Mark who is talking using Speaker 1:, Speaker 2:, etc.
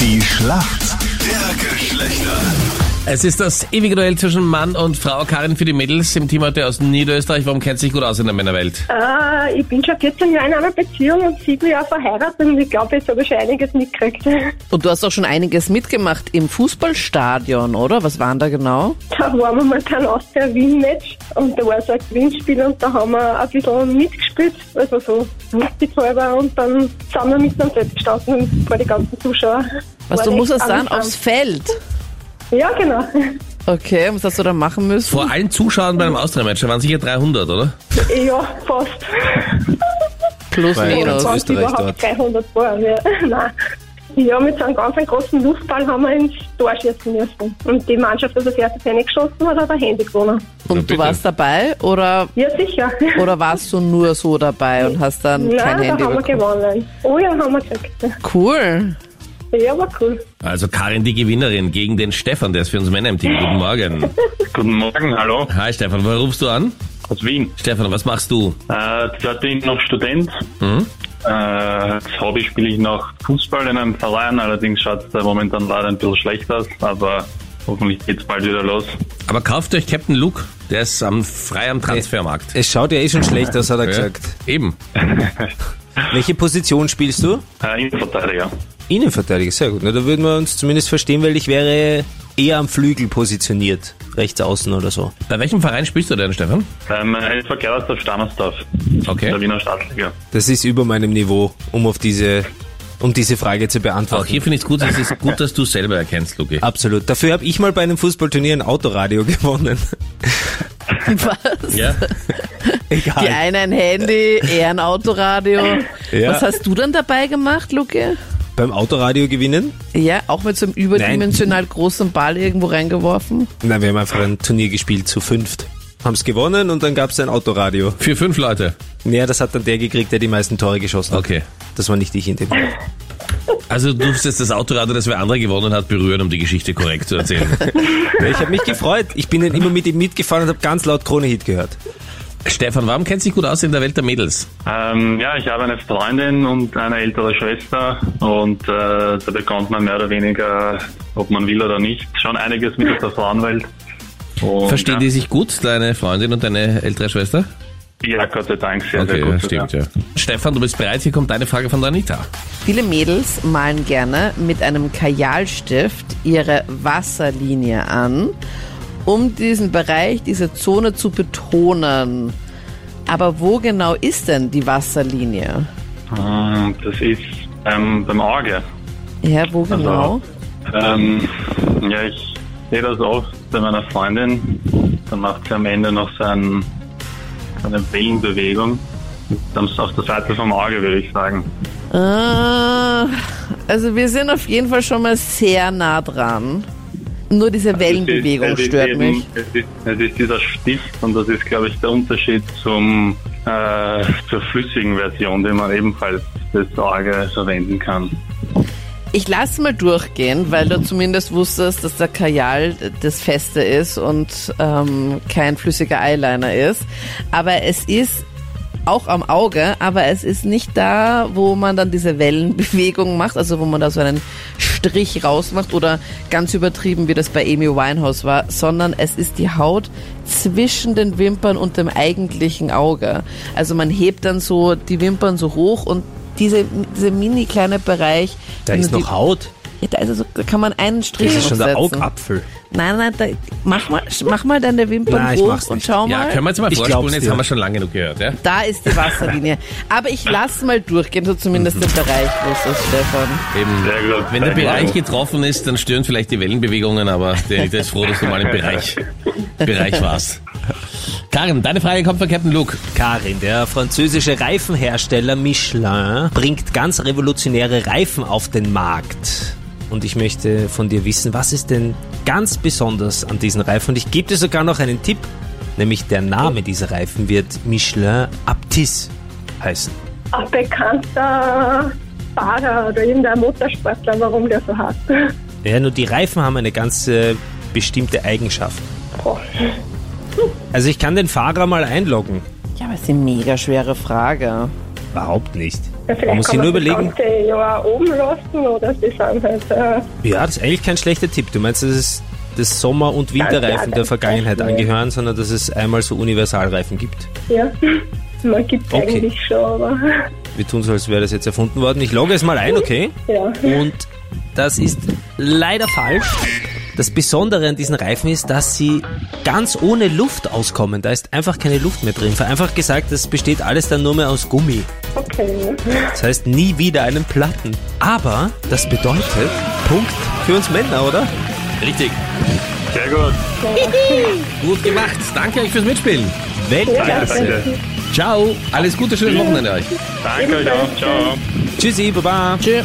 Speaker 1: Die Schlacht der Geschlechter.
Speaker 2: Es ist das ewige Duell zwischen Mann und Frau. Karin für die Mädels im Team heute aus Niederösterreich. Warum kennt sich gut aus in der Männerwelt?
Speaker 3: Ah, ich bin schon 14 Jahre in einer Beziehung und sieben Jahre verheiratet und ich glaube, jetzt habe ich schon einiges mitgekriegt.
Speaker 4: Und du hast auch schon einiges mitgemacht im Fußballstadion, oder? Was waren da genau?
Speaker 3: Da waren wir momentan aus der Wien-Match und da war so ein Gewinnspiel und da haben wir ein bisschen mitgespielt, also so mitbetäuber und dann sind wir mit am Feld gestanden vor die ganzen Zuschauer.
Speaker 4: Was
Speaker 3: War
Speaker 4: du
Speaker 3: echt
Speaker 4: musstest dann
Speaker 3: angespannt.
Speaker 4: aufs Feld.
Speaker 3: Ja, genau.
Speaker 4: Okay, was hast du da machen müssen?
Speaker 2: Vor allen Zuschauern bei einem Austria-Match da waren sicher 300, oder?
Speaker 3: Ja, fast.
Speaker 4: Plus,
Speaker 5: Weil-
Speaker 4: minus.
Speaker 5: Ganz
Speaker 3: Waren es
Speaker 5: Österreich
Speaker 3: überhaupt
Speaker 5: dort.
Speaker 3: 300 waren, ja. Nein. Ja, mit so einem ganz großen Luftball haben wir ins Tor schießen müssen. Und die Mannschaft, also die das erste eingeschossen hat, hat ein Handy gewonnen.
Speaker 4: Und du warst dabei oder,
Speaker 3: Ja, sicher.
Speaker 4: oder warst du nur so dabei und hast dann kein
Speaker 3: Nein, da
Speaker 4: Handy
Speaker 3: haben wir
Speaker 4: bekommen?
Speaker 3: gewonnen. Oh ja, haben wir gekriegt.
Speaker 4: Cool.
Speaker 3: Ja, war cool.
Speaker 2: Also Karin die Gewinnerin gegen den Stefan, der ist für uns Männer im Team. Guten Morgen.
Speaker 6: Guten Morgen, hallo,
Speaker 2: Hi Stefan, woher rufst du an?
Speaker 6: aus Wien.
Speaker 2: Stefan, was machst du?
Speaker 6: Äh, zurzeit bin ich noch Student.
Speaker 2: Mhm.
Speaker 6: Äh, als Hobby spiele ich noch Fußball in einem Verein, allerdings schaut es da momentan leider ein bisschen schlecht aus, aber hoffentlich geht's bald wieder los.
Speaker 2: Aber kauft euch Captain Luke, der ist am frei am Transfermarkt.
Speaker 5: Es schaut ja eh schon schlecht aus, hat er
Speaker 2: Ja,
Speaker 5: gesagt.
Speaker 2: eben.
Speaker 5: Welche Position spielst du?
Speaker 6: Äh, Innenverteidiger.
Speaker 5: Innenverteidiger, sehr gut. Na, da würden wir uns zumindest verstehen, weil ich wäre eher am Flügel positioniert. Rechts außen oder so.
Speaker 2: Bei welchem Verein spielst du denn, Stefan?
Speaker 6: Ähm, LV Gerlersdorf Stammersdorf, der
Speaker 2: Okay.
Speaker 6: Wiener Staatsliga.
Speaker 5: Das ist über meinem Niveau, um auf diese, um diese Frage zu
Speaker 2: Auch
Speaker 5: beantworten.
Speaker 2: hier finde ich es gut, es ist gut, dass du selber erkennst, Luki.
Speaker 5: Absolut. Dafür habe ich mal bei einem Fußballturnier ein Autoradio gewonnen.
Speaker 4: Was?
Speaker 2: Ja.
Speaker 4: Die
Speaker 5: Egal.
Speaker 4: eine ein Handy, er ein Autoradio.
Speaker 5: Ja.
Speaker 4: Was hast du dann dabei gemacht, Luke?
Speaker 5: Beim Autoradio gewinnen?
Speaker 4: Ja, auch mit so einem überdimensional großen Ball irgendwo reingeworfen.
Speaker 5: Nein, wir haben einfach ein Turnier gespielt zu fünft. Haben es gewonnen und dann gab es ein Autoradio.
Speaker 2: Für fünf Leute.
Speaker 5: Naja, das hat dann der gekriegt, der die meisten Tore geschossen hat.
Speaker 2: Okay.
Speaker 5: Das war nicht ich in dem Fall.
Speaker 2: Also du durfst jetzt das Autoradio, das wer andere gewonnen hat, berühren, um die Geschichte korrekt zu erzählen.
Speaker 5: Ich habe mich gefreut. Ich bin dann immer mit ihm mitgefahren und habe ganz laut Krone-Hit gehört.
Speaker 2: Stefan, warum kennt sich gut aus in der Welt der Mädels?
Speaker 6: Ähm, ja, ich habe eine Freundin und eine ältere Schwester und äh, da bekommt man mehr oder weniger, ob man will oder nicht, schon einiges mit aus der Frauenwelt. Und,
Speaker 2: Verstehen
Speaker 6: ja,
Speaker 2: die sich gut, deine Freundin und deine ältere Schwester?
Speaker 6: Ja, Gott sei Dank, sehr,
Speaker 2: Okay,
Speaker 6: sehr gut.
Speaker 2: ja, stimmt, ja. Stefan, du bist bereit, hier kommt deine Frage von der Anita.
Speaker 4: Viele Mädels malen gerne mit einem Kajalstift ihre Wasserlinie an, um diesen Bereich, diese Zone zu betonen. Aber wo genau ist denn die Wasserlinie?
Speaker 6: Ah, Das ist ähm, beim Auge.
Speaker 4: Ja, wo genau?
Speaker 6: Ähm, ja, ich sehe das oft bei meiner Freundin. Dann macht sie am Ende noch so, ein, so eine Wellenbewegung. Dann ist auf der Seite vom Auge, würde ich sagen.
Speaker 4: Ah, also wir sind auf jeden Fall schon mal sehr nah dran. Nur diese Wellenbewegung
Speaker 6: Es ist
Speaker 4: stört
Speaker 6: eben-
Speaker 4: mich.
Speaker 6: Es ist, es ist dieser Stift und das ist, glaube ich, der Unterschied zum, äh, zur flüssigen Version, die man ebenfalls das Auge verwenden kann.
Speaker 4: Ich lasse mal durchgehen, weil du zumindest wusstest, dass der Kajal das Feste ist und ähm, kein flüssiger Eyeliner ist. Aber es ist auch am Auge, aber es ist nicht da, wo man dann diese Wellenbewegung macht, also wo man da so einen Strich rausmacht oder ganz übertrieben, wie das bei Amy Winehouse war, sondern es ist die Haut zwischen den Wimpern und dem eigentlichen Auge. Also man hebt dann so die Wimpern so hoch und diese, diese mini kleine Bereich,
Speaker 5: Da
Speaker 4: wenn
Speaker 5: ist
Speaker 4: du die-
Speaker 5: noch Haut.
Speaker 4: ja, da, ist also, da kann man einen Strich
Speaker 5: Das ist schon der
Speaker 4: hochsetzen.
Speaker 5: Augapfel.
Speaker 4: Nein, nein, da, mach, mal, mach mal deine Wimpern
Speaker 5: Nein, ich
Speaker 4: hoch
Speaker 5: mach's
Speaker 4: und
Speaker 5: nicht.
Speaker 4: schau
Speaker 2: Ja,
Speaker 4: mal.
Speaker 2: können wir jetzt mal
Speaker 5: Ich
Speaker 2: vorspulen,
Speaker 5: glaub's
Speaker 2: jetzt
Speaker 5: dir.
Speaker 2: haben wir schon lange genug gehört, ja?
Speaker 4: da ist die Wasserlinie. Aber ich lass mal durchgehen, so
Speaker 5: Mhm.
Speaker 4: zumindest den Bereich, wo es ist, Stefan.
Speaker 2: Eben.
Speaker 6: Sehr gut.
Speaker 2: Wenn der
Speaker 6: Sehr
Speaker 2: Bereich
Speaker 6: gut.
Speaker 2: getroffen ist, dann stören vielleicht die Wellenbewegungen, aber der Anita ist froh, dass du mal im Bereich, Bereich warst. Karin, deine Frage kommt von Captain Luke.
Speaker 5: Karin, der französische Reifenhersteller Michelin bringt ganz revolutionäre Reifen auf den Markt. Und ich möchte von dir wissen, was ist denn ganz besonders an diesen Reifen? Und ich gebe dir sogar noch einen Tipp, nämlich der Name dieser Reifen wird Michelin Aptis heißen.
Speaker 3: Ein bekannter Fahrer oder irgendein Motorsportler, warum der so heißt.
Speaker 5: Ja, nur die Reifen haben eine ganz äh, bestimmte Eigenschaft.
Speaker 3: Boah.
Speaker 5: Also ich kann den Fahrer mal einloggen.
Speaker 4: Ja, aber es ist eine mega schwere Frage.
Speaker 5: Überhaupt nicht.
Speaker 3: vielleicht
Speaker 5: muss
Speaker 3: kann
Speaker 5: sich nur
Speaker 3: das
Speaker 5: überlegen.
Speaker 3: ganze Jahr oben lassen oder sie sind halt äh,
Speaker 5: Ja, das ist eigentlich kein schlechter Tipp. Du meinst, dass es das Sommer- und Winterreifen der Vergangenheit angehören, sondern dass es einmal so Universalreifen gibt.
Speaker 3: Ja, man gibt
Speaker 5: Okay.
Speaker 3: eigentlich schon, aber
Speaker 5: Wir tun so, als wäre das jetzt erfunden worden. Ich logge es mal ein, okay?
Speaker 3: ja.
Speaker 5: Und das ist leider falsch. Das Besondere an diesen Reifen ist, dass sie ganz ohne Luft auskommen. Da ist einfach keine Luft mehr drin. Vereinfacht gesagt, das besteht alles dann nur mehr aus Gummi.
Speaker 3: Okay.
Speaker 5: Das heißt, nie wieder einen Platten. Aber das bedeutet, Punkt für uns Männer, oder?
Speaker 2: Richtig.
Speaker 6: Sehr gut.
Speaker 2: Gut gemacht. Danke euch fürs Mitspielen.
Speaker 5: Weltklasse.
Speaker 6: Danke.
Speaker 2: Ciao. Alles Gute, schönes Wochenende euch.
Speaker 6: Danke euch auch. Ciao.
Speaker 5: Tschüssi, baba.
Speaker 4: Tschüss.